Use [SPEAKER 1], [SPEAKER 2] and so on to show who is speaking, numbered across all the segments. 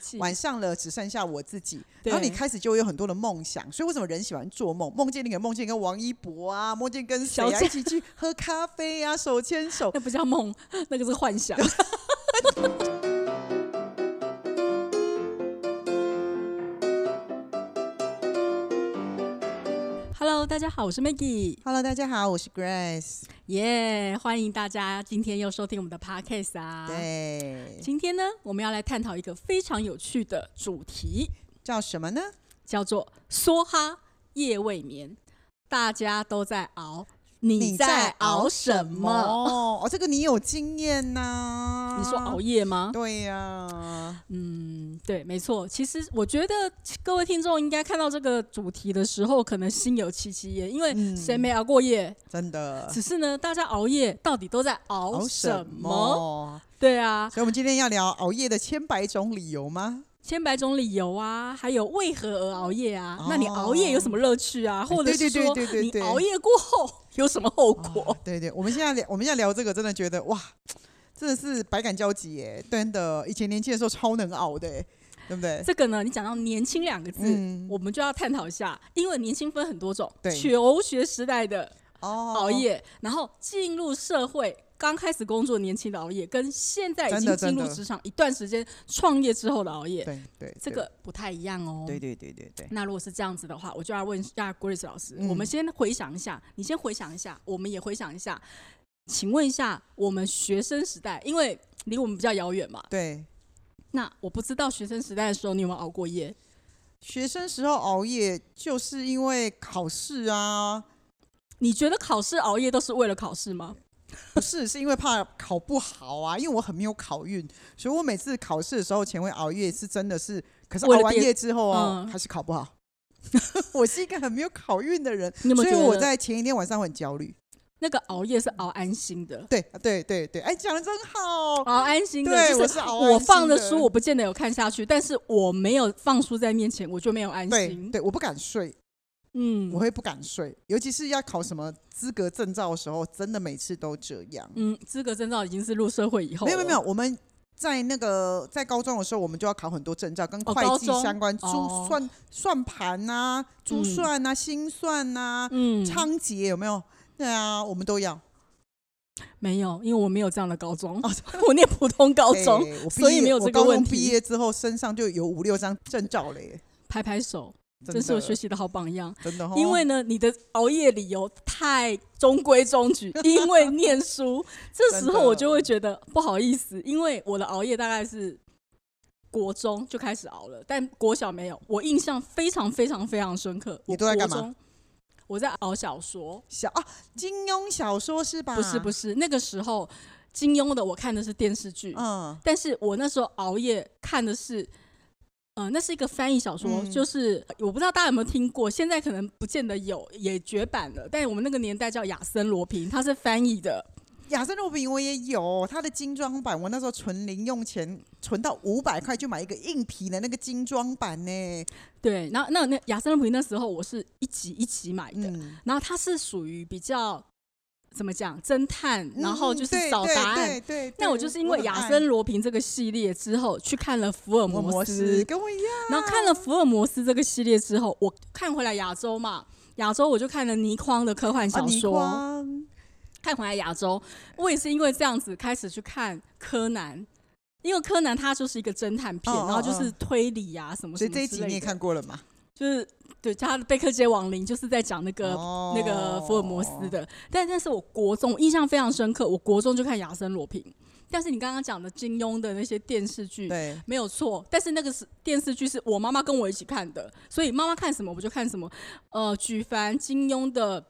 [SPEAKER 1] 气。
[SPEAKER 2] 晚上了，只剩下我自己。
[SPEAKER 1] 对
[SPEAKER 2] 然后你开始就会有很多的梦想，所以为什么人喜欢做梦？梦见你，梦见跟王一博啊，梦见跟谁
[SPEAKER 1] 小
[SPEAKER 2] 啊
[SPEAKER 1] 贾
[SPEAKER 2] 一起去喝咖啡啊，手牵手。
[SPEAKER 1] 那不叫梦，那个是幻想。Hello，大家好，我是 Maggie，
[SPEAKER 2] Hello，大家好，我是 Grace。
[SPEAKER 1] 耶欢迎大家今天又收听我们的 Podcast 啊。，
[SPEAKER 2] 对，
[SPEAKER 1] 今天呢，我们要来探讨一个非常有趣的主题，
[SPEAKER 2] 叫什么呢？
[SPEAKER 1] 叫做“梭哈夜未眠”。大家都在熬，你在熬什么？
[SPEAKER 2] 哦，哦，这个你有经验呐、
[SPEAKER 1] 你说熬？夜吗？
[SPEAKER 2] 对呀、
[SPEAKER 1] 嗯，对，没错。其实我觉得各位听众应该看到这个主题的时候，可能心有戚戚焉，因
[SPEAKER 2] 嗯
[SPEAKER 1] 为谁没熬过夜？
[SPEAKER 2] 真的
[SPEAKER 1] 只是呢，大家熬夜到底都在熬什么？？对啊，
[SPEAKER 2] 所以，我们今天要聊熬夜的千百种理由吗？
[SPEAKER 1] 千百种理由啊，还有为何而熬夜啊？
[SPEAKER 2] 哦
[SPEAKER 1] 那你熬夜有什么乐趣啊？或者
[SPEAKER 2] 对
[SPEAKER 1] 是
[SPEAKER 2] 哦对对
[SPEAKER 1] 说
[SPEAKER 2] 对对
[SPEAKER 1] 你
[SPEAKER 2] 对哦
[SPEAKER 1] 熬夜过后有什么后果？
[SPEAKER 2] 对对，我们现在聊，我们现在聊这个，真的觉得哇，真的是百感交集耶！真的，以前年轻的时候超能熬的耶，对不 对？
[SPEAKER 1] 这个呢，你讲到年轻两个字，
[SPEAKER 2] 嗯
[SPEAKER 1] 我们就要探讨一下，因为年轻分很多种，
[SPEAKER 2] 对
[SPEAKER 1] 求学时代的
[SPEAKER 2] 哦
[SPEAKER 1] 熬，夜，然后进入社会刚开始工作年轻的熬夜，跟现在已
[SPEAKER 2] 真
[SPEAKER 1] 经
[SPEAKER 2] 的
[SPEAKER 1] 进
[SPEAKER 2] 真
[SPEAKER 1] 入
[SPEAKER 2] 的
[SPEAKER 1] 职场一段时间创业之后的熬夜，
[SPEAKER 2] 对对，
[SPEAKER 1] 这个不太一样哦。
[SPEAKER 2] 对，对对对对对，
[SPEAKER 1] 那如果是这样子的话，我就要问一下 Grace 老师，
[SPEAKER 2] 嗯
[SPEAKER 1] 我们先回想一下，你先回想一下，我们也回想一下，请问一下，我们学生时代，因为离我们比较遥远嘛，
[SPEAKER 2] 对。
[SPEAKER 1] 那我不知道学生时代的时候你有没有熬过夜？
[SPEAKER 2] 学生时候熬夜就是因为考试啊，
[SPEAKER 1] 你觉得考试熬夜都是为了考试吗？
[SPEAKER 2] 不是，是因为怕考不好啊，因为我很没有考运，所以我每次考试的时候前会熬夜，是真的是，可是熬
[SPEAKER 1] 为了
[SPEAKER 2] 完
[SPEAKER 1] 别
[SPEAKER 2] 夜之后啊，
[SPEAKER 1] 嗯
[SPEAKER 2] 还是考不好。 我是一个很没有考运的人，
[SPEAKER 1] 你有没
[SPEAKER 2] 所
[SPEAKER 1] 有
[SPEAKER 2] 以
[SPEAKER 1] 觉得
[SPEAKER 2] 我在前一天晚上会很焦虑。
[SPEAKER 1] 那个熬夜是熬安心的？
[SPEAKER 2] 对对对对，哎，讲的真 好。
[SPEAKER 1] 熬安心的，
[SPEAKER 2] 对
[SPEAKER 1] 就是
[SPEAKER 2] 我是熬安
[SPEAKER 1] 我放的
[SPEAKER 2] 心的
[SPEAKER 1] 书我不见得有看下去，但是我没有放书在面前，我就没有安
[SPEAKER 2] 对
[SPEAKER 1] 心。
[SPEAKER 2] 对，我不敢睡，
[SPEAKER 1] 嗯，
[SPEAKER 2] 我会不敢睡，尤其是要考什么资格证照的时候，真的每次都这样。
[SPEAKER 1] 嗯，资格证照已经是入社会以后，
[SPEAKER 2] 没有没有没有，，我们在那个在高中的时候，我们就要考很多证照，跟
[SPEAKER 1] 哦
[SPEAKER 2] 会
[SPEAKER 1] 高
[SPEAKER 2] 计
[SPEAKER 1] 中
[SPEAKER 2] 相关，珠、
[SPEAKER 1] 哦
[SPEAKER 2] 算算盘呐、珠
[SPEAKER 1] 嗯
[SPEAKER 2] 算呐、心算呐、
[SPEAKER 1] 嗯，哦
[SPEAKER 2] 仓颉有没有？对啊，我们都要。
[SPEAKER 1] 没有，因为我没有这样的高中， 我念普通高中，
[SPEAKER 2] 哎我毕
[SPEAKER 1] 所以
[SPEAKER 2] 业
[SPEAKER 1] 没有
[SPEAKER 2] 我
[SPEAKER 1] 这个
[SPEAKER 2] 高
[SPEAKER 1] 问
[SPEAKER 2] 中
[SPEAKER 1] 题
[SPEAKER 2] 毕业之后身上就有五六张证照嘞，
[SPEAKER 1] 拍拍手，
[SPEAKER 2] 真
[SPEAKER 1] 真
[SPEAKER 2] 的
[SPEAKER 1] 是我学习的好榜样。
[SPEAKER 2] 真的哦，
[SPEAKER 1] 因为呢，你的熬夜理由太中规 中矩，因为念书。这时
[SPEAKER 2] 真的
[SPEAKER 1] 候我就会觉得不好意思，因为我的熬夜大概是国中就开始熬了，但国小没有。我印象非常非常非常深刻。
[SPEAKER 2] 你
[SPEAKER 1] 我
[SPEAKER 2] 都在
[SPEAKER 1] 国
[SPEAKER 2] 干嘛
[SPEAKER 1] 中？我在熬小说，
[SPEAKER 2] 小啊，金庸小说是吧？
[SPEAKER 1] 不是不
[SPEAKER 2] 是，
[SPEAKER 1] 是，那个时候金庸的我看的是电视剧，
[SPEAKER 2] 嗯，
[SPEAKER 1] 但是我那时候熬夜看的是，呃，那是一个翻译小说，
[SPEAKER 2] 嗯
[SPEAKER 1] 就是呃我不知道大家有没有听过，现在可能不见得有，也绝版了。但我们那个年代叫亚森罗平，他是翻译的，
[SPEAKER 2] 亚森罗平我也有，他的精装版，我那时候存零用钱存到五百块，就买一个硬皮的那个精装版呢。
[SPEAKER 1] 对。然后那那亚森罗平那时候我是一集一集买的，
[SPEAKER 2] 嗯，
[SPEAKER 1] 然后他是属于比较怎么讲侦探，然后就是
[SPEAKER 2] 嗯对
[SPEAKER 1] 找
[SPEAKER 2] 对
[SPEAKER 1] 答案。
[SPEAKER 2] 对对对
[SPEAKER 1] 那我就是因为
[SPEAKER 2] 很
[SPEAKER 1] 亚
[SPEAKER 2] 爱
[SPEAKER 1] 森罗平这个系列之后，去看了福尔
[SPEAKER 2] 福尔
[SPEAKER 1] 摩
[SPEAKER 2] 摩
[SPEAKER 1] 斯
[SPEAKER 2] 斯，跟我一样，
[SPEAKER 1] 然后看了福尔摩斯这个系列之后，我看回来亚洲嘛，亚洲我就看了倪匡的科幻
[SPEAKER 2] 啊
[SPEAKER 1] 小
[SPEAKER 2] 倪
[SPEAKER 1] 说，
[SPEAKER 2] 匡
[SPEAKER 1] 看回来亚洲，我也是因为这样子开始去看柯南，因为柯南它就是一个侦探片，
[SPEAKER 2] 哦哦
[SPEAKER 1] 然后就是推理啊什么
[SPEAKER 2] 所
[SPEAKER 1] 什
[SPEAKER 2] 以
[SPEAKER 1] 么
[SPEAKER 2] 这一
[SPEAKER 1] 之
[SPEAKER 2] 集
[SPEAKER 1] 类
[SPEAKER 2] 你也
[SPEAKER 1] 的
[SPEAKER 2] 看过了嘛？
[SPEAKER 1] 就是对，他的《贝克街亡灵》就是在讲那个、
[SPEAKER 2] 哦
[SPEAKER 1] 那个福尔摩斯的，但但是我国中我印象非常深刻，我国中就看亚森罗平，但是你刚刚讲的金庸的那些电视剧，
[SPEAKER 2] 对，
[SPEAKER 1] 没有错，但是那个是电视剧，是我妈妈跟我一起看的，所以妈妈看什么我就看什么。呃，举凡金庸的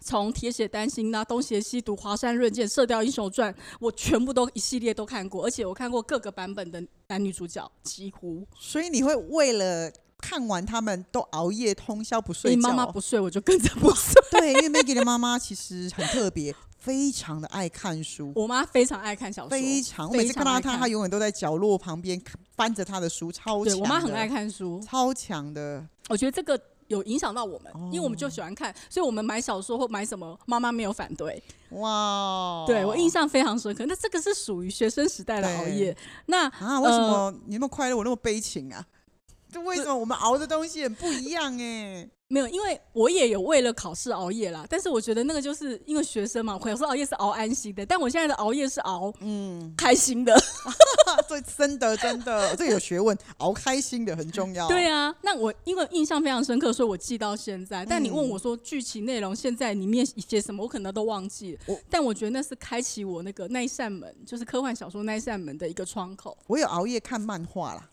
[SPEAKER 1] 从《铁血丹心》啦，《东邪西毒》《华山论剑》《射雕英雄传》，我全部都一系列都看过，而且我看过各个版本的男女主角，几乎。
[SPEAKER 2] 所以你会为了看完他们都熬夜通宵不
[SPEAKER 1] 所
[SPEAKER 2] 睡
[SPEAKER 1] 以
[SPEAKER 2] 觉，
[SPEAKER 1] 妈妈不睡，我就跟着不睡。
[SPEAKER 2] 对，因为 Maggie 的妈妈其实很特别，非常的爱看书。
[SPEAKER 1] 我妈非常爱看小说，
[SPEAKER 2] 非常，我每次看到
[SPEAKER 1] 非常爱
[SPEAKER 2] 她，
[SPEAKER 1] 看
[SPEAKER 2] 她永远都在角落旁边看翻着她的书，超强
[SPEAKER 1] 对
[SPEAKER 2] 的。
[SPEAKER 1] 我妈很爱看书，
[SPEAKER 2] 超强的，
[SPEAKER 1] 我觉得这个有影响到我们，因为我们就喜欢看，所以我们买小说或买什么，妈妈没有反对。
[SPEAKER 2] 哇，哦
[SPEAKER 1] 对我印象非常深刻。那这个是属于学生时代的熬夜。那
[SPEAKER 2] 啊，为什
[SPEAKER 1] 呃
[SPEAKER 2] 么你那么快乐，我那么悲情啊？这为什么我们熬的东西很不一样 哎、
[SPEAKER 1] 没有，因为我也有为了考试熬夜啦，但是我觉得那个就是因为学生嘛，考试熬夜是熬安心的，但我现在的熬夜是熬
[SPEAKER 2] 嗯，
[SPEAKER 1] 开心的。
[SPEAKER 2] 这真的真的，这个有学问，熬开心的很重要。
[SPEAKER 1] 对啊，那我因为印象非常深刻，所以我记到现在。但你
[SPEAKER 2] 嗯
[SPEAKER 1] 问我说剧情内容现在里面写什么，我可能都忘记了
[SPEAKER 2] 我。
[SPEAKER 1] 但我觉得那是开启我那个那一扇门，就是科幻小说那一扇门的一个窗口。
[SPEAKER 2] 我有熬夜看漫画啦，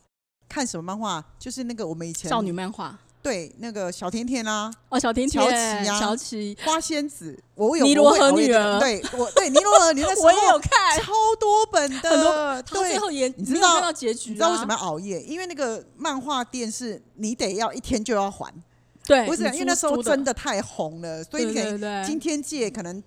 [SPEAKER 2] 看什么漫画？就是那个我们以前
[SPEAKER 1] 少女漫画
[SPEAKER 2] 对那个小甜甜啊，
[SPEAKER 1] 哦，小甜
[SPEAKER 2] 乔
[SPEAKER 1] 甜、
[SPEAKER 2] 琪啊
[SPEAKER 1] 乔琪，
[SPEAKER 2] 花仙子，我有
[SPEAKER 1] 尼罗河女儿
[SPEAKER 2] 我会熬夜的对我对尼罗河 女儿那时候
[SPEAKER 1] 我也有看，
[SPEAKER 2] 超多本的，
[SPEAKER 1] 很多他
[SPEAKER 2] 对
[SPEAKER 1] 最后也
[SPEAKER 2] 你知
[SPEAKER 1] 没有看
[SPEAKER 2] 道
[SPEAKER 1] 到结局、啊，
[SPEAKER 2] 你知道为什么要熬夜？因为那个漫画店是你得要一天就要还，
[SPEAKER 1] 对，
[SPEAKER 2] 不是因为那时候真的
[SPEAKER 1] 的，
[SPEAKER 2] 太红了，所以
[SPEAKER 1] 对
[SPEAKER 2] 你可
[SPEAKER 1] 对
[SPEAKER 2] 以
[SPEAKER 1] 对，
[SPEAKER 2] 今天借可能。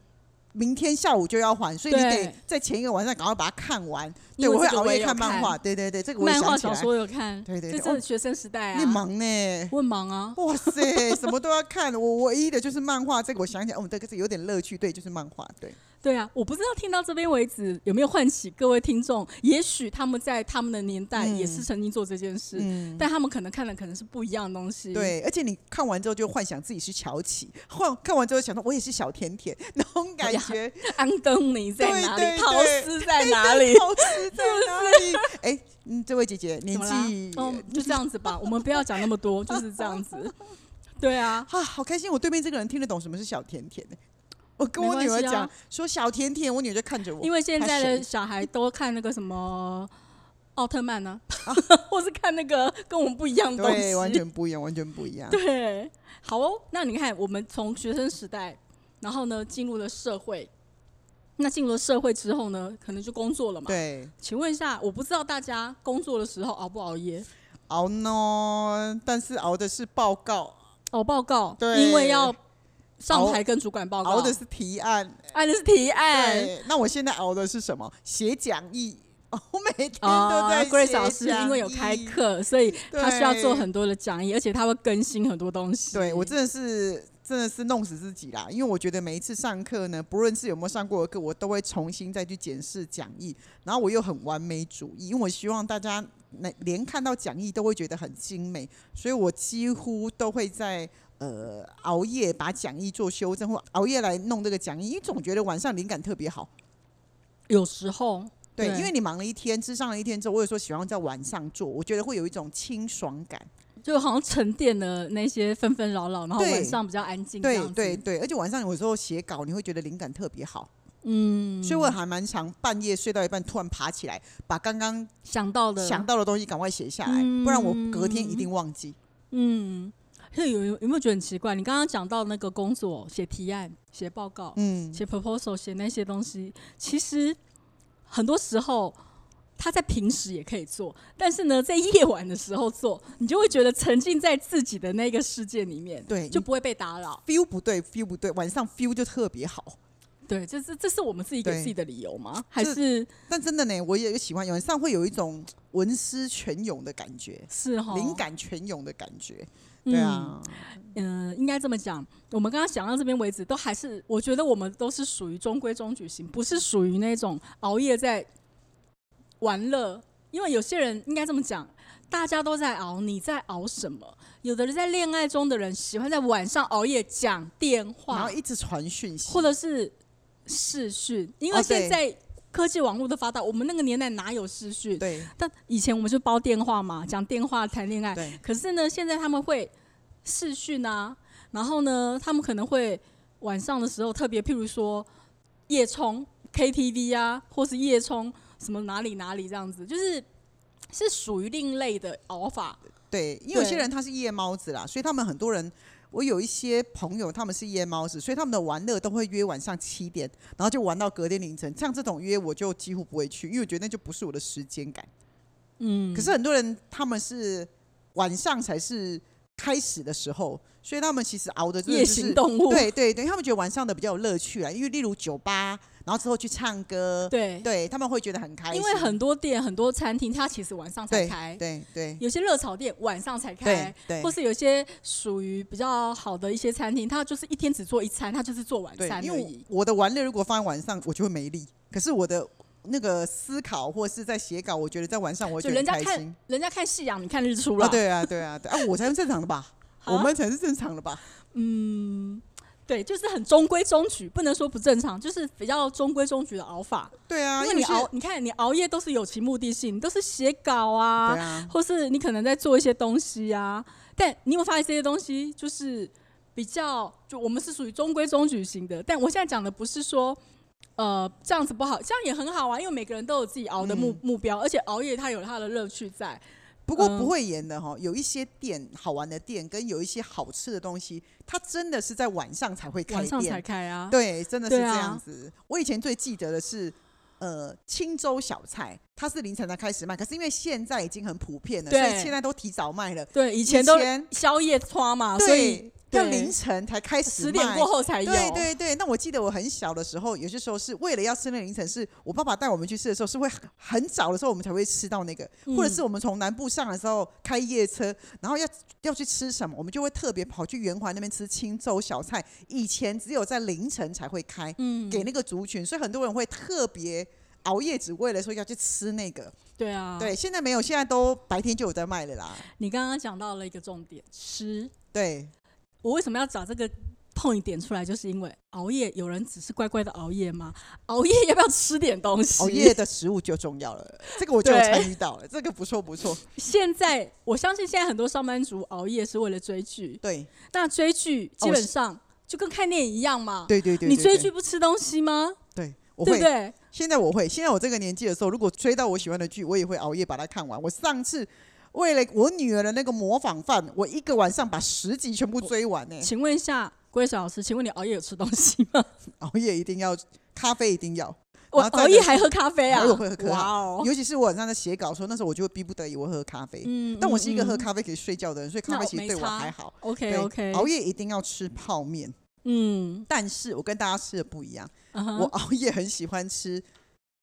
[SPEAKER 2] 明天下午就要还，所以你
[SPEAKER 1] 对
[SPEAKER 2] 得在前一个晚上赶快把它看完。对，
[SPEAKER 1] 因为
[SPEAKER 2] 会
[SPEAKER 1] 这个
[SPEAKER 2] 熬
[SPEAKER 1] 我也
[SPEAKER 2] 夜
[SPEAKER 1] 有
[SPEAKER 2] 看漫画。
[SPEAKER 1] 看，
[SPEAKER 2] 对对对，这个我也
[SPEAKER 1] 漫
[SPEAKER 2] 想
[SPEAKER 1] 画
[SPEAKER 2] 起
[SPEAKER 1] 小
[SPEAKER 2] 来。
[SPEAKER 1] 说有看，
[SPEAKER 2] 对对
[SPEAKER 1] 这
[SPEAKER 2] 对
[SPEAKER 1] 真
[SPEAKER 2] 哦
[SPEAKER 1] 的学生时代啊，
[SPEAKER 2] 你忙哦呢？
[SPEAKER 1] 我很忙啊，
[SPEAKER 2] 哇塞，什么都要看。我唯一的就是漫画，这个我想起来，哦，这个是有点乐趣。对，就是漫画。对，
[SPEAKER 1] 对啊，我不知道听到这边为止有没有唤起各位听众，也许他们在他们的年代
[SPEAKER 2] 嗯
[SPEAKER 1] 也是曾经做这件事，
[SPEAKER 2] 嗯，
[SPEAKER 1] 但他们可能看的可能是不一样的东西，，
[SPEAKER 2] 对。而且你看完之后就幻想自己是乔琪， 幻看完之后想到我也是小甜甜那种感觉，
[SPEAKER 1] 安东尼在哪
[SPEAKER 2] 对
[SPEAKER 1] 里，
[SPEAKER 2] 对
[SPEAKER 1] 陶斯在哪里。
[SPEAKER 2] 好吃在哪里？哎，嗯，这位姐姐年
[SPEAKER 1] 怎么啦
[SPEAKER 2] 纪？
[SPEAKER 1] 嗯，就这样子吧，我们不要讲那么多，就是这样子。 对啊，
[SPEAKER 2] 啊，好开心！我对面这个人听得懂什么是小甜甜呢、我跟我
[SPEAKER 1] 没
[SPEAKER 2] 女
[SPEAKER 1] 关
[SPEAKER 2] 儿
[SPEAKER 1] 系啊
[SPEAKER 2] 讲、说小甜甜，我女儿就看着我，
[SPEAKER 1] 因为现在
[SPEAKER 2] 他
[SPEAKER 1] 的
[SPEAKER 2] 谁
[SPEAKER 1] 小孩都看那个什么奥特曼呢、 或是看那个跟我们不一样的东
[SPEAKER 2] 啊对，完
[SPEAKER 1] 西。
[SPEAKER 2] 全不一样，完全不一样。
[SPEAKER 1] 对，好哦。那你看，我们从学生时代，然后呢进入了社会，那进入了社会之后呢，可能就工作了嘛。
[SPEAKER 2] 对
[SPEAKER 1] 请问一下，我不知道大家工作的时候熬不熬夜？
[SPEAKER 2] 熬呢，但是熬的是报告，
[SPEAKER 1] 熬哦报告，
[SPEAKER 2] 对
[SPEAKER 1] 因为要上
[SPEAKER 2] 熬
[SPEAKER 1] 台跟主管报告。
[SPEAKER 2] 熬的是提案。
[SPEAKER 1] 哎，那是提案。
[SPEAKER 2] 对，那我现在熬的是什么？写讲义。 哦我每天都
[SPEAKER 1] 啊
[SPEAKER 2] 在
[SPEAKER 1] g r a
[SPEAKER 2] 写
[SPEAKER 1] c e 老师
[SPEAKER 2] 讲
[SPEAKER 1] 因为有开
[SPEAKER 2] 义，
[SPEAKER 1] 课，所以他需要做
[SPEAKER 2] 对
[SPEAKER 1] 很多的讲义，而且他会更新很多东西。
[SPEAKER 2] 对我真的是真的是弄死自己啦，因为我觉得每一次上课呢，不论是有没有上过的课，我都会重新再去检视讲义，然后我又很完美主义，因为我希望大家能连看到讲义都会觉得很精美，所以我几乎都会在。呃，熬夜把讲义做修正，或熬夜来弄这个讲义，因为总觉得晚上灵感特别好。
[SPEAKER 1] 有时候
[SPEAKER 2] 对，
[SPEAKER 1] 对
[SPEAKER 2] 因为你忙了一天，吃上了一天之后，我有时候喜欢在晚上做，我觉得会有一种清爽感。
[SPEAKER 1] 就好像沉淀了那些纷纷扰扰，然后
[SPEAKER 2] 对
[SPEAKER 1] 晚上比较安静。这
[SPEAKER 2] 对
[SPEAKER 1] 样子
[SPEAKER 2] 对，对，而且晚上有时候写稿，你会觉得灵感特别好。
[SPEAKER 1] 嗯，
[SPEAKER 2] 所以我还蛮常半夜睡到一半，突然爬起来，把刚刚
[SPEAKER 1] 想嗯到的
[SPEAKER 2] 想到的东西赶快写下来，不然我隔天一定忘记。
[SPEAKER 1] 嗯，所以有有有没有觉得很奇怪？你刚刚讲到那个工作，写提案、写报告、
[SPEAKER 2] 嗯，
[SPEAKER 1] 写 proposal、写那些东西，其实很多时候。他在平时也可以做，但是呢，在夜晚的时候做，你就会觉得沉浸在自己的那个世界里面，
[SPEAKER 2] 对
[SPEAKER 1] 就不会被打扰。
[SPEAKER 2] feel 不对，feel 不对，晚上 feel 就特别好。
[SPEAKER 1] 对，这是这是我们自己给
[SPEAKER 2] 对
[SPEAKER 1] 自己的理由吗？还
[SPEAKER 2] 这
[SPEAKER 1] 是
[SPEAKER 2] 但真的呢，我也喜欢晚上会有一种文思泉涌的感觉，
[SPEAKER 1] 是哈
[SPEAKER 2] 灵？感泉涌的感觉。对啊，
[SPEAKER 1] 嗯，呃应该这么讲。我们刚刚讲到这边为止，都还是我觉得我们都是属于中规中矩型，不是属于那种熬夜在玩乐。因为有些人应该这么讲，大家都在熬，你在熬什么？有的人在恋爱中的人喜欢在晚上熬夜讲电
[SPEAKER 2] 然
[SPEAKER 1] 话
[SPEAKER 2] 后，一直传讯息
[SPEAKER 1] 或，者是视讯，因为
[SPEAKER 2] 哦对
[SPEAKER 1] 现在科技网络的发达，我们那个年代哪有视讯？
[SPEAKER 2] 对
[SPEAKER 1] 但以前我们就煲电话嘛，讲电话谈恋爱。
[SPEAKER 2] 对，
[SPEAKER 1] 可是呢，现在他们会视讯啊，然后呢，他们可能会晚上的时候特别，譬如说夜冲 KTV 啊，或是夜冲什么哪里哪里这样子，就是是属于另类的熬法。
[SPEAKER 2] 对，因为有些
[SPEAKER 1] 对
[SPEAKER 2] 人他是夜猫子啦，所以他们很多人，我有一些朋友他们是夜猫子，所以他们的玩乐都会约晚上七点，然后就玩到隔天凌晨。像这种约我就几乎不会去，因为我觉得那就不是我的时间感。
[SPEAKER 1] 嗯，
[SPEAKER 2] 可是很多人他们是晚上才是开始的时候，所以他们其实熬的真的
[SPEAKER 1] 夜
[SPEAKER 2] 就是
[SPEAKER 1] 行动物，
[SPEAKER 2] 对对对，他们觉得晚上的比较有乐趣啊，因为例如酒吧，然后之后去唱歌，
[SPEAKER 1] 对，
[SPEAKER 2] 对他们会觉得很开心，
[SPEAKER 1] 因为很多店、很多餐厅，它其实晚上才
[SPEAKER 2] 对
[SPEAKER 1] 开，
[SPEAKER 2] 对对
[SPEAKER 1] 有些热炒店晚上才
[SPEAKER 2] 对
[SPEAKER 1] 开，
[SPEAKER 2] 对
[SPEAKER 1] 或是有些属于比较好的一些餐厅，它就是一天只做一餐，它就是做晚
[SPEAKER 2] 对，
[SPEAKER 1] 餐
[SPEAKER 2] 因
[SPEAKER 1] 而
[SPEAKER 2] 为
[SPEAKER 1] 已。
[SPEAKER 2] 我我的玩乐如果放在晚上，我就会没力，可是我的那个思考或是在写稿，我觉得在晚上我会
[SPEAKER 1] 就
[SPEAKER 2] 觉得
[SPEAKER 1] 人
[SPEAKER 2] 很
[SPEAKER 1] 家
[SPEAKER 2] 开
[SPEAKER 1] 看
[SPEAKER 2] 心。
[SPEAKER 1] 人家看夕阳，你看日出
[SPEAKER 2] 啊，
[SPEAKER 1] 了。
[SPEAKER 2] 对啊，对啊，对啊，我才是正常的 吧？
[SPEAKER 1] 啊
[SPEAKER 2] 我们才是正常的吧？
[SPEAKER 1] 嗯，对，就是很中规中矩，不能说不正常，就是比较中规中矩的熬法。
[SPEAKER 2] 对啊，因
[SPEAKER 1] 因为
[SPEAKER 2] 为
[SPEAKER 1] 你
[SPEAKER 2] 有些
[SPEAKER 1] 熬，你看你熬夜都是有其目的性，你都是写稿啊，
[SPEAKER 2] 对啊，
[SPEAKER 1] 或是你可能在做一些东西啊。但你有没有发现这些东西就是比较，就我们是属于中规中矩型的。但我现在讲的不是说，呃，这样子不好，这样也很好啊，因为每个人都有自己熬的目、
[SPEAKER 2] 嗯
[SPEAKER 1] 目标，而且熬夜它有它的乐趣在。
[SPEAKER 2] 不过
[SPEAKER 1] 嗯
[SPEAKER 2] 不会演的哈，有一些店好玩的店，跟有一些好吃的东西，它真的是在晚上才会开
[SPEAKER 1] 晚上才
[SPEAKER 2] 店。
[SPEAKER 1] 开啊，
[SPEAKER 2] 对，真的是这
[SPEAKER 1] 对啊
[SPEAKER 2] 样子。我以前最记得的是，呃，青州小菜，它是凌晨才开始卖，可是因为现在已经很普遍了，所
[SPEAKER 1] 对
[SPEAKER 2] 以现在都提早卖了。
[SPEAKER 1] 对，以
[SPEAKER 2] 以
[SPEAKER 1] 前都宵夜花嘛，所以
[SPEAKER 2] 对，要
[SPEAKER 1] 对
[SPEAKER 2] 凌晨才开始
[SPEAKER 1] 十
[SPEAKER 2] 卖。
[SPEAKER 1] 点过后才有。
[SPEAKER 2] 对对对，那我记得我很小的时候，有些时候是为了要吃那个凌晨，是我爸爸带我们去吃的时候，是会很很早的时候我们才会吃到那个，
[SPEAKER 1] 嗯
[SPEAKER 2] 或者是我们从南部上来的时候开夜车，然后要要去吃什么，我们就会特别跑去圆环那边吃青州小菜。以前只有在凌晨才会开，
[SPEAKER 1] 嗯，
[SPEAKER 2] 给那个族群，所以很多人会特别。熬夜只为了说要去吃那个，
[SPEAKER 1] 对啊，
[SPEAKER 2] 对，现在没有，现在都白天就有在卖了啦。
[SPEAKER 1] 你刚刚讲到了一个重点，吃。
[SPEAKER 2] 对，
[SPEAKER 1] 我为什么要找这个碰一点出来，就是因为熬夜，有人只是乖乖的熬夜吗？熬夜要不要吃点东西？
[SPEAKER 2] 熬夜，的食物就重要了，这个我就有
[SPEAKER 1] 对
[SPEAKER 2] 参与到了，这个不错不错。
[SPEAKER 1] 现在我相信现在很多上班族熬夜是为了追剧，
[SPEAKER 2] 对
[SPEAKER 1] 那追剧基本上就跟看电影一样嘛。
[SPEAKER 2] 哦对对对，
[SPEAKER 1] 你
[SPEAKER 2] 对
[SPEAKER 1] 追
[SPEAKER 2] 对
[SPEAKER 1] 剧不吃东西吗？
[SPEAKER 2] 对，我
[SPEAKER 1] 对
[SPEAKER 2] 会
[SPEAKER 1] 不。对？
[SPEAKER 2] 现在我会，现在我这个年纪的时候，如果追到我喜欢的剧，我也会熬夜把它看完。我上次为了我女儿的那个模仿犯，我一个晚上把十集全部追完呢、
[SPEAKER 1] 请问一下，龟小老师，请问你熬夜有吃东西 吗？
[SPEAKER 2] 熬夜一定要，咖啡一定要，
[SPEAKER 1] 我
[SPEAKER 2] 然后再
[SPEAKER 1] 熬夜还喝咖啡啊？
[SPEAKER 2] 我会喝咖啡
[SPEAKER 1] 哇哦，
[SPEAKER 2] 尤其是我晚上在写稿的时候，那时候我就会逼不得已我喝咖啡。
[SPEAKER 1] 嗯
[SPEAKER 2] 但我是一个喝
[SPEAKER 1] 嗯
[SPEAKER 2] 咖啡可以睡觉的人，所以咖啡
[SPEAKER 1] 那
[SPEAKER 2] 其实
[SPEAKER 1] 没
[SPEAKER 2] 对我
[SPEAKER 1] 差
[SPEAKER 2] 还好。
[SPEAKER 1] OK OK，
[SPEAKER 2] 熬夜一定要吃泡面，
[SPEAKER 1] 嗯，
[SPEAKER 2] 但是我跟大家吃的不一样。
[SPEAKER 1] 嗯哼
[SPEAKER 2] 我熬夜很喜欢吃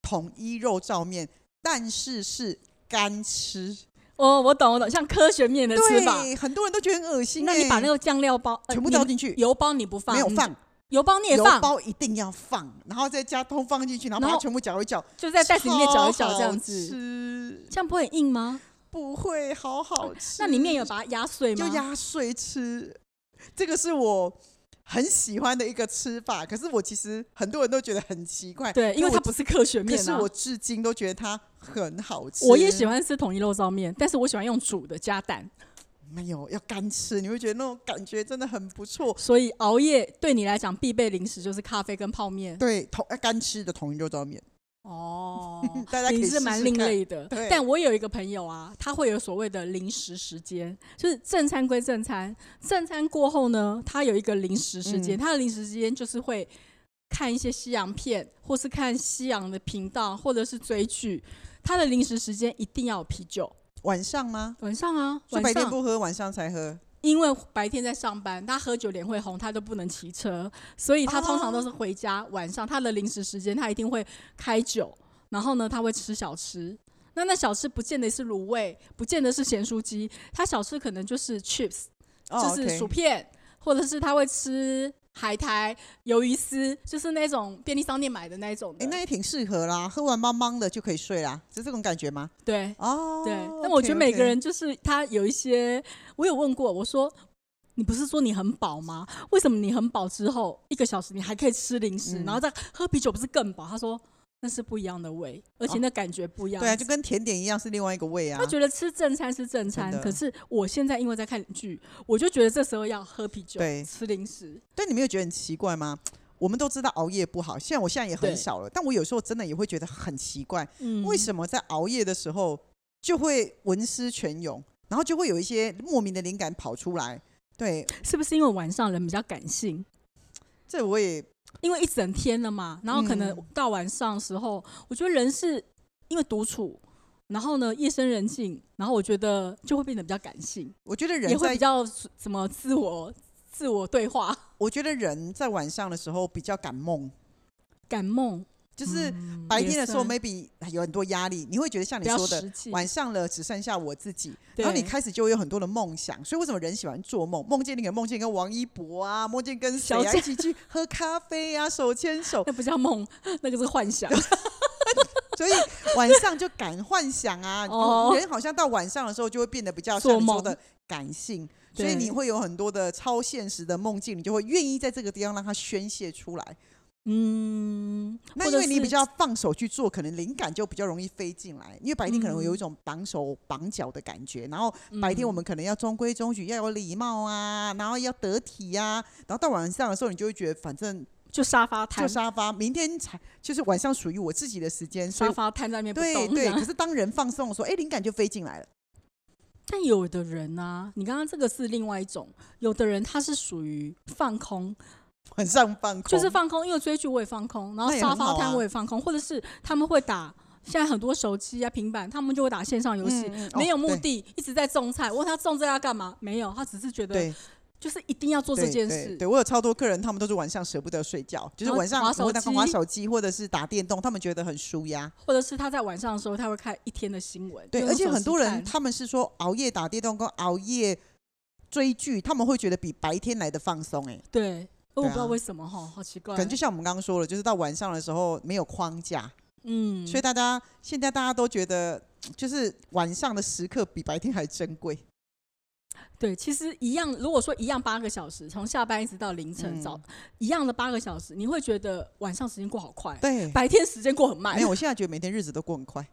[SPEAKER 2] 统一肉燥面，但是是干吃。
[SPEAKER 1] 哦，我懂我懂，像科学面的吃法。
[SPEAKER 2] 对，很多人都觉得很恶心、欸。
[SPEAKER 1] 那你把那个酱料包、呃
[SPEAKER 2] 全部
[SPEAKER 1] 你
[SPEAKER 2] 倒进去，
[SPEAKER 1] 油包你不放，
[SPEAKER 2] 没有
[SPEAKER 1] 你
[SPEAKER 2] 放，
[SPEAKER 1] 油包你也
[SPEAKER 2] 油
[SPEAKER 1] 放，
[SPEAKER 2] 包一定要放，然后再加通放进去，然后把
[SPEAKER 1] 然
[SPEAKER 2] 它
[SPEAKER 1] 后
[SPEAKER 2] 全部搅一搅，
[SPEAKER 1] 就在袋子里面搅一搅这
[SPEAKER 2] 超
[SPEAKER 1] 样
[SPEAKER 2] 好
[SPEAKER 1] 子，
[SPEAKER 2] 吃
[SPEAKER 1] 这样不会很硬吗？
[SPEAKER 2] 不会，好好吃。
[SPEAKER 1] 哦那里面有把它压碎吗？
[SPEAKER 2] 就压碎吃，这个是我。很喜欢的一个吃法，可是我其实很多人都觉得很奇怪，
[SPEAKER 1] 对，因为
[SPEAKER 2] 可
[SPEAKER 1] 它
[SPEAKER 2] 我
[SPEAKER 1] 不是科学面、
[SPEAKER 2] 可
[SPEAKER 1] 啊。
[SPEAKER 2] 是我至今都觉得它很好吃。
[SPEAKER 1] 我也喜欢吃统一肉燥面，但是我喜欢用煮的加蛋，
[SPEAKER 2] 没有要干吃，你会觉得那种感觉真的很不错。
[SPEAKER 1] 所以熬夜对你来讲必备零食就是咖啡跟泡面。
[SPEAKER 2] 对，同要干吃的同一肉燥面，，
[SPEAKER 1] 哦
[SPEAKER 2] 大家可以
[SPEAKER 1] 你
[SPEAKER 2] 试试
[SPEAKER 1] 是蛮另类的
[SPEAKER 2] 对。
[SPEAKER 1] 但我有一个朋友啊，他会有所谓的零食时间，就是正餐归正餐，正餐过后呢，他有一个零食时间，
[SPEAKER 2] 嗯
[SPEAKER 1] 他的零食时间就是会看一些西洋片，或是看西洋的频道，或者是追剧。他的零食时间一定要有啤酒，
[SPEAKER 2] 晚上吗？
[SPEAKER 1] 晚上啊，
[SPEAKER 2] 所以
[SPEAKER 1] 晚
[SPEAKER 2] 白天
[SPEAKER 1] 上，
[SPEAKER 2] 不喝，晚上才喝。
[SPEAKER 1] 因为白天在上班，他喝酒脸会红，他都不能骑车，所以他
[SPEAKER 2] 哦
[SPEAKER 1] 通常都是回家、晚上，他的零食时间他一定会开酒，然后呢他会吃小吃。那那小吃不见得是卤味，不见得是咸酥鸡，他小吃可能就是 chips，、
[SPEAKER 2] 哦
[SPEAKER 1] 就是
[SPEAKER 2] OK
[SPEAKER 1] 薯片，或者是他会吃海苔、鱿鱼丝，就是那种便利商店买的那一种的。
[SPEAKER 2] 哎、那也挺适合啦，喝完茫茫的就可以睡啦，是这种感觉吗？
[SPEAKER 1] 对
[SPEAKER 2] 哦，
[SPEAKER 1] 对，
[SPEAKER 2] OK，
[SPEAKER 1] 但我觉得每个
[SPEAKER 2] OK
[SPEAKER 1] 人就是他有一些，我有问过，我说你不是说你很饱吗？为什么你很饱之后一个小时你还可以吃零食，
[SPEAKER 2] 嗯
[SPEAKER 1] 然后再喝啤酒，不是更饱？他说那是不一样的味，而且那感觉不一样。
[SPEAKER 2] 哦对啊，就跟甜点一样是另外一个味啊
[SPEAKER 1] 他。觉得吃正餐是正餐
[SPEAKER 2] 真，的
[SPEAKER 1] 可是我现在因为在看剧，我就觉得这时候要喝啤酒
[SPEAKER 2] 对、
[SPEAKER 1] 吃零食。
[SPEAKER 2] 但你没有觉得很奇怪吗？我们都知道熬夜不好，现在我现在也很
[SPEAKER 1] 对
[SPEAKER 2] 少了，但我有时候真的也会觉得很奇怪，
[SPEAKER 1] 嗯，
[SPEAKER 2] 为什么在熬夜的时候就会文思泉涌，然后就会有一些莫名的灵感跑出来？对，
[SPEAKER 1] 嗯是不是因为晚上人比较感性？
[SPEAKER 2] 这我也
[SPEAKER 1] 因为一整天了嘛，然后可能
[SPEAKER 2] 嗯
[SPEAKER 1] 到晚上的时候，我觉得人是因为独处，然后呢夜深人静，然后我觉得就会变得比较感性，
[SPEAKER 2] 我觉得
[SPEAKER 1] 也
[SPEAKER 2] 人
[SPEAKER 1] 会比
[SPEAKER 2] 在
[SPEAKER 1] 较怎么自我自我对话，
[SPEAKER 2] 我觉得人在晚上的时候比较敢梦，
[SPEAKER 1] 感梦
[SPEAKER 2] 就是白天的时候
[SPEAKER 1] 嗯也算
[SPEAKER 2] maybe 哎有很多压力，你会觉得像你
[SPEAKER 1] 比较
[SPEAKER 2] 说的
[SPEAKER 1] 实，际。
[SPEAKER 2] 晚上了只剩下我自己，
[SPEAKER 1] 对
[SPEAKER 2] 然后你开始就会有很多的梦想。所以为什么人喜欢做梦？梦见你可能梦见跟王一博啊，梦见跟谁
[SPEAKER 1] 小
[SPEAKER 2] 啊
[SPEAKER 1] 贾
[SPEAKER 2] 一起去喝咖啡啊，手牵手。
[SPEAKER 1] 那不叫梦， 那个是幻想。
[SPEAKER 2] 所以晚上就敢幻想啊，
[SPEAKER 1] 哦
[SPEAKER 2] 人好像到晚上的时候就会变得比较
[SPEAKER 1] 做
[SPEAKER 2] 像你说
[SPEAKER 1] 梦
[SPEAKER 2] 的感性，所
[SPEAKER 1] 对
[SPEAKER 2] 以你会有很多的超现实的梦境，你就会愿意在这个地方让它宣泄出来。
[SPEAKER 1] 嗯，
[SPEAKER 2] 那
[SPEAKER 1] 或
[SPEAKER 2] 因
[SPEAKER 1] 者
[SPEAKER 2] 为你
[SPEAKER 1] 是
[SPEAKER 2] 比较放手去做，可能灵感就比较容易飞进来。因为白天可能会有一
[SPEAKER 1] 嗯
[SPEAKER 2] 种绑手绑脚的感觉，然后白天我们可能要中规中矩，要有礼貌啊，然后要得体呀、啊。然后到晚上的时候，你就会觉得反正
[SPEAKER 1] 就沙发摊
[SPEAKER 2] 就，沙发，明天才就是晚上属于我自己的时间，所以
[SPEAKER 1] 沙发摊在那边不
[SPEAKER 2] 对
[SPEAKER 1] 动。这
[SPEAKER 2] 对。
[SPEAKER 1] 样
[SPEAKER 2] 可是当人放松的时候，哎，灵感就飞进来了。
[SPEAKER 1] 但有的人啊，你刚刚这个是另外一种，有的人他是属于放空，
[SPEAKER 2] 晚上放空，
[SPEAKER 1] 就是放空，因为追剧我也放空，然后
[SPEAKER 2] 那也
[SPEAKER 1] 沙
[SPEAKER 2] 很
[SPEAKER 1] 发
[SPEAKER 2] 好
[SPEAKER 1] 摊
[SPEAKER 2] 啊
[SPEAKER 1] 我也放空，或者是他们会打。现在很多手机啊、平板，他们就会打线上游戏，
[SPEAKER 2] 嗯嗯
[SPEAKER 1] 没有
[SPEAKER 2] 哦
[SPEAKER 1] 目
[SPEAKER 2] 对
[SPEAKER 1] 的，一直在种菜。我问他种这要干嘛？没有，他只是觉得
[SPEAKER 2] 对
[SPEAKER 1] 就是一定要做这
[SPEAKER 2] 对
[SPEAKER 1] 件
[SPEAKER 2] 对
[SPEAKER 1] 事。
[SPEAKER 2] 对我有超多客人，他们都是晚上舍不得睡觉，就是
[SPEAKER 1] 然后
[SPEAKER 2] 晚上
[SPEAKER 1] 滑
[SPEAKER 2] 我会
[SPEAKER 1] 手
[SPEAKER 2] 在玩
[SPEAKER 1] 机
[SPEAKER 2] 手机或者是打电动，他们觉得很舒压。
[SPEAKER 1] 或者是他在晚上的时候，他会看一天的新闻。
[SPEAKER 2] 对，
[SPEAKER 1] 用
[SPEAKER 2] 而且
[SPEAKER 1] 手
[SPEAKER 2] 很
[SPEAKER 1] 机
[SPEAKER 2] 多人
[SPEAKER 1] 看
[SPEAKER 2] 他们是说熬夜打电动跟熬夜追剧，他们会觉得比白天来的放松、欸。
[SPEAKER 1] 对，我不知道
[SPEAKER 2] 啊
[SPEAKER 1] 为什么哈，好奇怪。
[SPEAKER 2] 可能就像我们刚刚说了，就是到晚上的时候没有框架，
[SPEAKER 1] 嗯，
[SPEAKER 2] 所以大家现在大家都觉得，就是晚上的时刻比白天还珍贵。
[SPEAKER 1] 对，其实一样，如果说一样八个小时，从下班一直到凌晨
[SPEAKER 2] 嗯
[SPEAKER 1] 早，一样的八个小时，你会觉得晚上时间过好快，
[SPEAKER 2] 对，
[SPEAKER 1] 白天时间过很慢。
[SPEAKER 2] 没有，我现在觉得每天日子都过很快。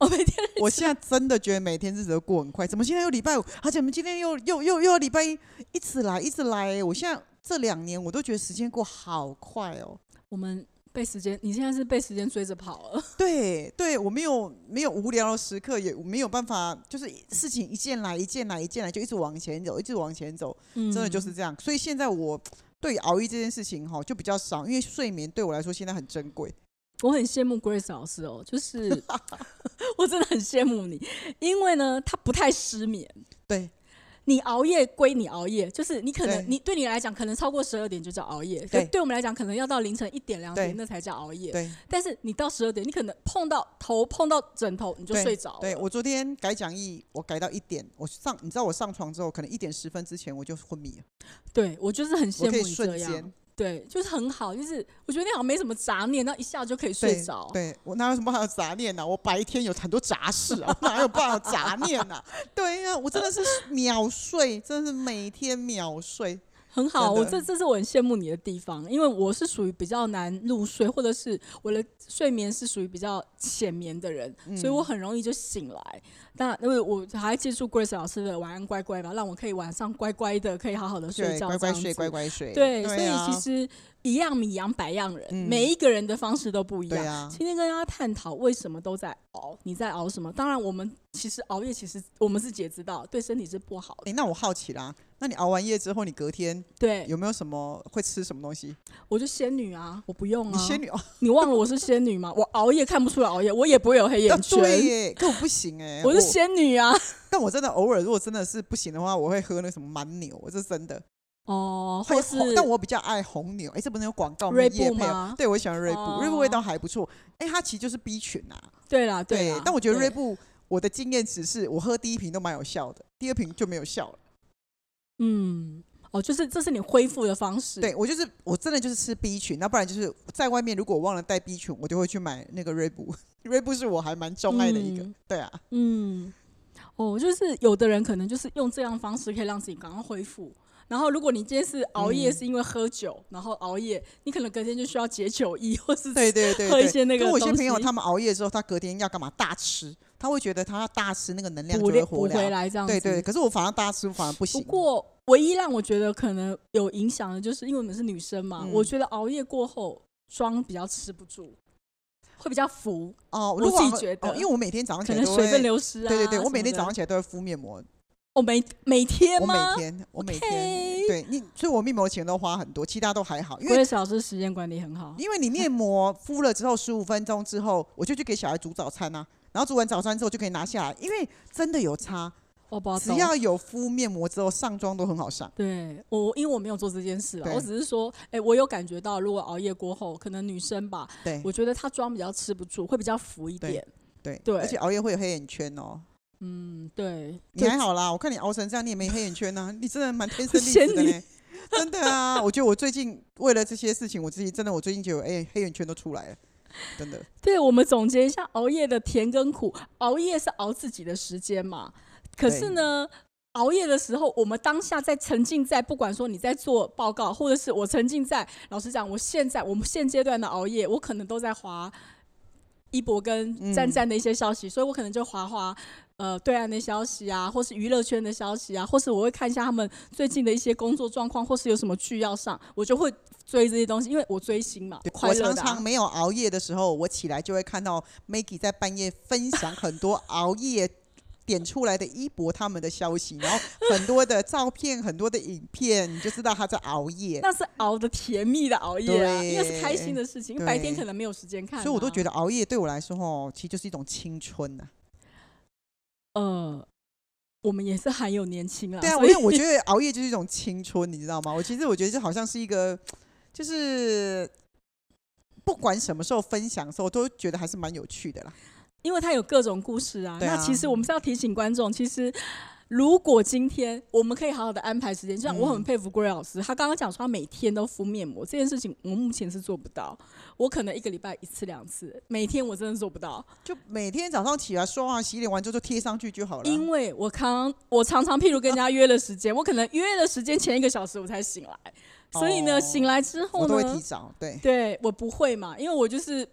[SPEAKER 1] 我每天
[SPEAKER 2] 我现在真的觉得每天日子都过很快，怎么现在又礼拜五，而且我们今天又又又又要礼拜一，一直来一直来、我现在这两年我都觉得时间过好快哦。
[SPEAKER 1] 我们被时间，你现在是被时间追着跑了。
[SPEAKER 2] 对对，我没有没有无聊的时刻，也没有办法，就是事情一件来一件来一件来，就一直往前走，一直往前走，
[SPEAKER 1] 嗯，
[SPEAKER 2] 真的就是这样。所以现在我对于熬夜这件事情哈就比较少，因为睡眠对我来说现在很珍贵。
[SPEAKER 1] 我很羡慕 Grace 老师哦，就是 我真的很羡慕你，因为呢，他不太失眠。
[SPEAKER 2] 对
[SPEAKER 1] 你熬夜归你熬夜，就是你可能
[SPEAKER 2] 对
[SPEAKER 1] 你对你来讲可能超过十二点就叫熬夜，可
[SPEAKER 2] 对
[SPEAKER 1] 对我们来讲可能要到凌晨一点两点
[SPEAKER 2] 对
[SPEAKER 1] 那才叫熬夜。
[SPEAKER 2] 对
[SPEAKER 1] 但是你到十二点，你可能碰到头碰到枕头你就睡着了。
[SPEAKER 2] 对，我昨天改讲义，我改到一点，我上你知道我上床之后，可能一点十分之前我就昏迷了，
[SPEAKER 1] 对我就是很羡
[SPEAKER 2] 我可以
[SPEAKER 1] 慕你这
[SPEAKER 2] 瞬间
[SPEAKER 1] 样。对，就是很好，就是我觉得你好像没什么杂念，然后一下就可以睡
[SPEAKER 2] 对
[SPEAKER 1] 着。
[SPEAKER 2] 对我哪有什么还有杂念呢、我白天有很多杂事啊，我哪有办法有杂念呢、 对啊呀、我真的是秒睡，真的是每天秒睡。
[SPEAKER 1] 很好，
[SPEAKER 2] 真的
[SPEAKER 1] 我这这是我很羡慕你的地方，因为我是属于比较难入睡，或者是我的睡眠是属于比较浅眠的人，
[SPEAKER 2] 嗯
[SPEAKER 1] 所以我很容易就醒来。那因为我还接触 Grace 老师的晚安乖乖嘛，让我可以晚上乖乖的，可以好好的睡
[SPEAKER 2] 对，
[SPEAKER 1] 觉，
[SPEAKER 2] 乖乖
[SPEAKER 1] 这样
[SPEAKER 2] 睡，
[SPEAKER 1] 子
[SPEAKER 2] 乖乖睡。
[SPEAKER 1] 对，
[SPEAKER 2] 啊
[SPEAKER 1] 所以其实一样米养百样人，
[SPEAKER 2] 嗯
[SPEAKER 1] 每一个人的方式都不一样
[SPEAKER 2] 对。啊，
[SPEAKER 1] 今天跟大家探讨为什么都在熬，你在熬什么？当然，我们其实熬夜，其实我们自己也知道，对身体是不好的。
[SPEAKER 2] 哎、那我好奇啦，那你熬完夜之后，你隔天
[SPEAKER 1] 对，
[SPEAKER 2] 有没有什么会吃什么东西？
[SPEAKER 1] 我就仙女啊，我不用啊。
[SPEAKER 2] 你仙女哦，
[SPEAKER 1] 你忘了我是仙女吗？我熬夜看不出来熬夜，我也不会有黑 眼圈。
[SPEAKER 2] 啊 对耶，可我不行哎、
[SPEAKER 1] 我是仙女啊！
[SPEAKER 2] 但我真的偶尔，如果真的是不行的话，我会喝那个什么蛮牛，我是真的。
[SPEAKER 1] 哦，
[SPEAKER 2] 会
[SPEAKER 1] 或是
[SPEAKER 2] 红但我比较爱红牛，哎、这不能有广告
[SPEAKER 1] 锐
[SPEAKER 2] 没业
[SPEAKER 1] 步
[SPEAKER 2] 配
[SPEAKER 1] 吗
[SPEAKER 2] 哦。对，我喜欢锐
[SPEAKER 1] 哦
[SPEAKER 2] 步，锐步味道还不错。哎、它其实就是 B 群啊。
[SPEAKER 1] 对啦对啦，
[SPEAKER 2] 但我觉得
[SPEAKER 1] 对
[SPEAKER 2] 锐步，我的经验只是我喝第一瓶都蛮有效的，第二瓶就没有效了。
[SPEAKER 1] 嗯哦，就是这是你恢复的方式。
[SPEAKER 2] 对我就是我真的就是吃 B 群，那不然就是在外面如果我忘了带 B 群，我就会去买那个锐 步。锐步是我还蛮钟爱的一个，
[SPEAKER 1] 嗯
[SPEAKER 2] 对啊，
[SPEAKER 1] 嗯，哦，就是有的人可能就是用这样方式可以让自己赶快恢复。然后，如果你今天是熬夜
[SPEAKER 2] 嗯
[SPEAKER 1] 是因为喝酒，然后熬夜，你可能隔天就需要解酒意，或是
[SPEAKER 2] 对对对
[SPEAKER 1] 喝一
[SPEAKER 2] 对。
[SPEAKER 1] 些那个
[SPEAKER 2] 跟我一些
[SPEAKER 1] 东
[SPEAKER 2] 朋友，
[SPEAKER 1] 西
[SPEAKER 2] 他们熬夜之后，他隔天要干嘛？大吃，他会觉得他要大吃，那个能量就
[SPEAKER 1] 补
[SPEAKER 2] 会
[SPEAKER 1] 回
[SPEAKER 2] 活
[SPEAKER 1] 补回来这样子。
[SPEAKER 2] 对对，可是我反而大吃，我反而不行。
[SPEAKER 1] 不过，唯一让我觉得可能有影响的，就是因为我们是女生嘛，
[SPEAKER 2] 嗯
[SPEAKER 1] 我觉得熬夜过后妆比较吃不住，会比较浮，
[SPEAKER 2] 哦，
[SPEAKER 1] 我
[SPEAKER 2] 如果
[SPEAKER 1] 自己
[SPEAKER 2] 熬
[SPEAKER 1] 觉
[SPEAKER 2] 哦
[SPEAKER 1] 得
[SPEAKER 2] 因为我每天早上起
[SPEAKER 1] 可
[SPEAKER 2] 来
[SPEAKER 1] 能
[SPEAKER 2] 都
[SPEAKER 1] 水
[SPEAKER 2] 会
[SPEAKER 1] 分流失啊。
[SPEAKER 2] 对对对，我每
[SPEAKER 1] 什么
[SPEAKER 2] 天
[SPEAKER 1] 的
[SPEAKER 2] 早上起来都会敷面膜，
[SPEAKER 1] 哦每每天
[SPEAKER 2] 我
[SPEAKER 1] 吗
[SPEAKER 2] 每？天我每
[SPEAKER 1] OK
[SPEAKER 2] 天对你，所以我面膜的钱都花很多，其他都还好，因
[SPEAKER 1] 郭
[SPEAKER 2] 为
[SPEAKER 1] 叶老师时间管理很好，
[SPEAKER 2] 因为你面膜敷了之后十五分钟之后，我就去给小孩煮早餐啊，然后煮完早餐之后就可以拿下来，因为真的有差。
[SPEAKER 1] 我不知
[SPEAKER 2] 只
[SPEAKER 1] 道
[SPEAKER 2] 要有敷面膜之后，上妆都很好上。
[SPEAKER 1] 对我，因为我没有做这件事啊，
[SPEAKER 2] 对
[SPEAKER 1] 我只是说，哎、我有感觉到，如果熬夜过后，可能女生吧，
[SPEAKER 2] 对
[SPEAKER 1] 我觉得她妆比较吃不住，会比较浮一点。
[SPEAKER 2] 对
[SPEAKER 1] 对
[SPEAKER 2] 而且熬夜会有黑眼圈哦。
[SPEAKER 1] 嗯，对，
[SPEAKER 2] 你
[SPEAKER 1] 就
[SPEAKER 2] 还好啦，我看你熬成这样，你也没黑眼圈呐、你真的蛮天生丽
[SPEAKER 1] 嫌
[SPEAKER 2] 质的
[SPEAKER 1] 你
[SPEAKER 2] 呢。真的啊，我觉得我最近为了这些事情，我自己真的我最近就有哎、黑眼圈都出来了，真的。
[SPEAKER 1] 对，我们总结一下熬夜的甜跟苦。熬夜是熬自己的时间嘛，可
[SPEAKER 2] 对
[SPEAKER 1] 是呢，熬夜的时候，我们当下在沉浸在，不管说你在做报告，或者是我沉浸在，老实讲，我现在我们现阶段的熬夜，我可能都在划一博
[SPEAKER 2] 嗯
[SPEAKER 1] 跟站站的一些消息，所以我可能就划划。呃，对岸的消息啊，或是娱乐圈的消息啊，或是我会看一下他们最近的一些工作状况，或是有什么剧要上，我就会追这些东西，因为我追星嘛，
[SPEAKER 2] 对
[SPEAKER 1] 快
[SPEAKER 2] 我
[SPEAKER 1] 乐的、啊。
[SPEAKER 2] 常常没有熬夜的时候，我起来就会看到 Maggie 在半夜分享很多熬夜点出来的一博他们的消息，然后很多的照片、很多的影片，你就知道他在熬夜。
[SPEAKER 1] 那是熬的甜蜜的熬夜啊，
[SPEAKER 2] 对
[SPEAKER 1] 因为是开心的事情，因为
[SPEAKER 2] 对
[SPEAKER 1] 白天可能没有时间看、啊
[SPEAKER 2] 所以我都觉得
[SPEAKER 1] 得，
[SPEAKER 2] 熬夜对我来说，哦，其实就是一种青春呐、
[SPEAKER 1] 呃，我们也是很有年轻啊。
[SPEAKER 2] 对啊，
[SPEAKER 1] 所
[SPEAKER 2] 我
[SPEAKER 1] 以
[SPEAKER 2] 因为我觉得熬夜就是一种青春，你知道吗？我其实我觉得这好像是一个，就是不管什么时候分享的时候，都觉得还是蛮有趣的啦。
[SPEAKER 1] 因为它有各种故事啊。
[SPEAKER 2] 对啊
[SPEAKER 1] 那其实我们是要提醒观众，其实。如果今天我们可以好好的安排时间，就像
[SPEAKER 2] 嗯
[SPEAKER 1] 我很佩服郭老师，他刚刚讲说他每天都敷面膜这件事情，我目前是做不到。我可能一个礼拜一次两次，每天我真的做不到，
[SPEAKER 2] 就每天早上起来刷完洗脸完之后就贴上去就好了。
[SPEAKER 1] 因为我常我常常譬如跟人家约了时间，我可能约了时间前一个小时我才醒来，所以呢，
[SPEAKER 2] 哦
[SPEAKER 1] 醒来之后
[SPEAKER 2] 我都
[SPEAKER 1] 呢，
[SPEAKER 2] 会提早，对
[SPEAKER 1] 对我不会嘛，因为我就是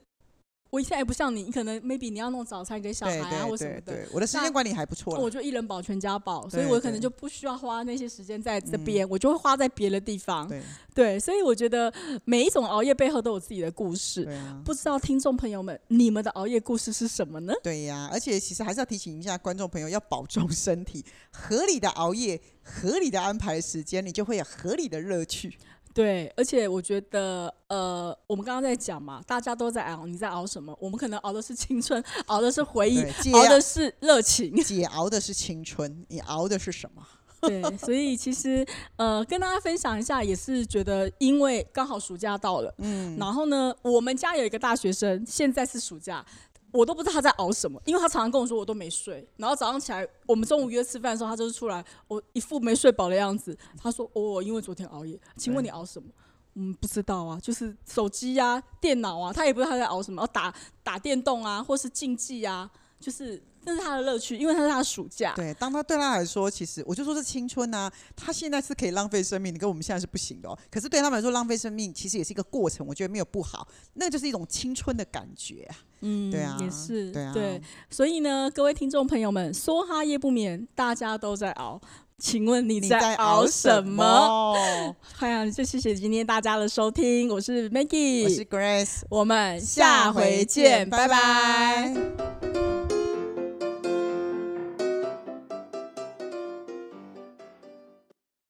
[SPEAKER 1] 我现在也不像你，你可能 maybe 你要弄早餐给小孩
[SPEAKER 2] 对
[SPEAKER 1] 啊
[SPEAKER 2] 对
[SPEAKER 1] 或什
[SPEAKER 2] 对
[SPEAKER 1] 么的。
[SPEAKER 2] 对，我的时间管理还不错
[SPEAKER 1] 那
[SPEAKER 2] 啦
[SPEAKER 1] 我就一人保全家保，所以
[SPEAKER 2] 对
[SPEAKER 1] 我
[SPEAKER 2] 对嗯
[SPEAKER 1] 可能就不需要花那些时间在这边，我就会花在别的地方。
[SPEAKER 2] 对
[SPEAKER 1] 对，所以我觉得每一种熬夜背后都有自己的故事。
[SPEAKER 2] 对啊。
[SPEAKER 1] 不知道听众朋友们，你们的熬夜故事是什么呢？
[SPEAKER 2] 对呀、而且其实还是要提醒一下观众朋友，要保重身体，合理的熬夜，合理的安排时间，你就会有合理的乐趣。
[SPEAKER 1] 对，而且我觉得，呃，我们刚刚在讲嘛，大家都在熬，你在熬什么？我们可能熬的是青春，熬的是回忆
[SPEAKER 2] 对，戒
[SPEAKER 1] 熬
[SPEAKER 2] 啊
[SPEAKER 1] 的是热情。
[SPEAKER 2] 姐熬的是青春，你熬的是什么？
[SPEAKER 1] 对，所以其实呃，跟大家分享一下，也是觉得因为刚好暑假到了，嗯，然后呢，我们家有一个大学生，现在是暑假。我都不知道他在熬什么，因为他常常跟我说我都没睡，然后早上起来，我们中午约吃饭的时候，他就是出来，我一副没睡饱的样子。他说：“哦，因为昨天熬夜。”请问你
[SPEAKER 2] 对
[SPEAKER 1] 熬什么？嗯，不知道啊，就是手机呀、电脑啊，他也不知道他在熬什么，要打打电动啊，或是竞技啊，就是那是他的乐趣，因为他是他的暑假。
[SPEAKER 2] 对，当他对他来说，其实我就说是青春呐、他现在是可以浪费生命，你跟我们现在是不行的、哦。可是对他们来说，浪费生命其实也是一个过程，我觉得没有不好，那就是一种青春的感觉啊。
[SPEAKER 1] 嗯，
[SPEAKER 2] 对啊，
[SPEAKER 1] 也是，
[SPEAKER 2] 对啊，
[SPEAKER 1] 所以呢，各位听众朋友们，说哈夜不眠，大家都在熬。请问你
[SPEAKER 2] 你
[SPEAKER 1] 在
[SPEAKER 2] 在
[SPEAKER 1] 熬
[SPEAKER 2] 熬
[SPEAKER 1] 什
[SPEAKER 2] 什
[SPEAKER 1] 么？
[SPEAKER 2] 么？
[SPEAKER 1] 好呀，就谢谢今天大家的收听，我是
[SPEAKER 2] 我是
[SPEAKER 1] Maggie，
[SPEAKER 2] Grace，
[SPEAKER 1] 我们下回见，拜拜
[SPEAKER 2] 拜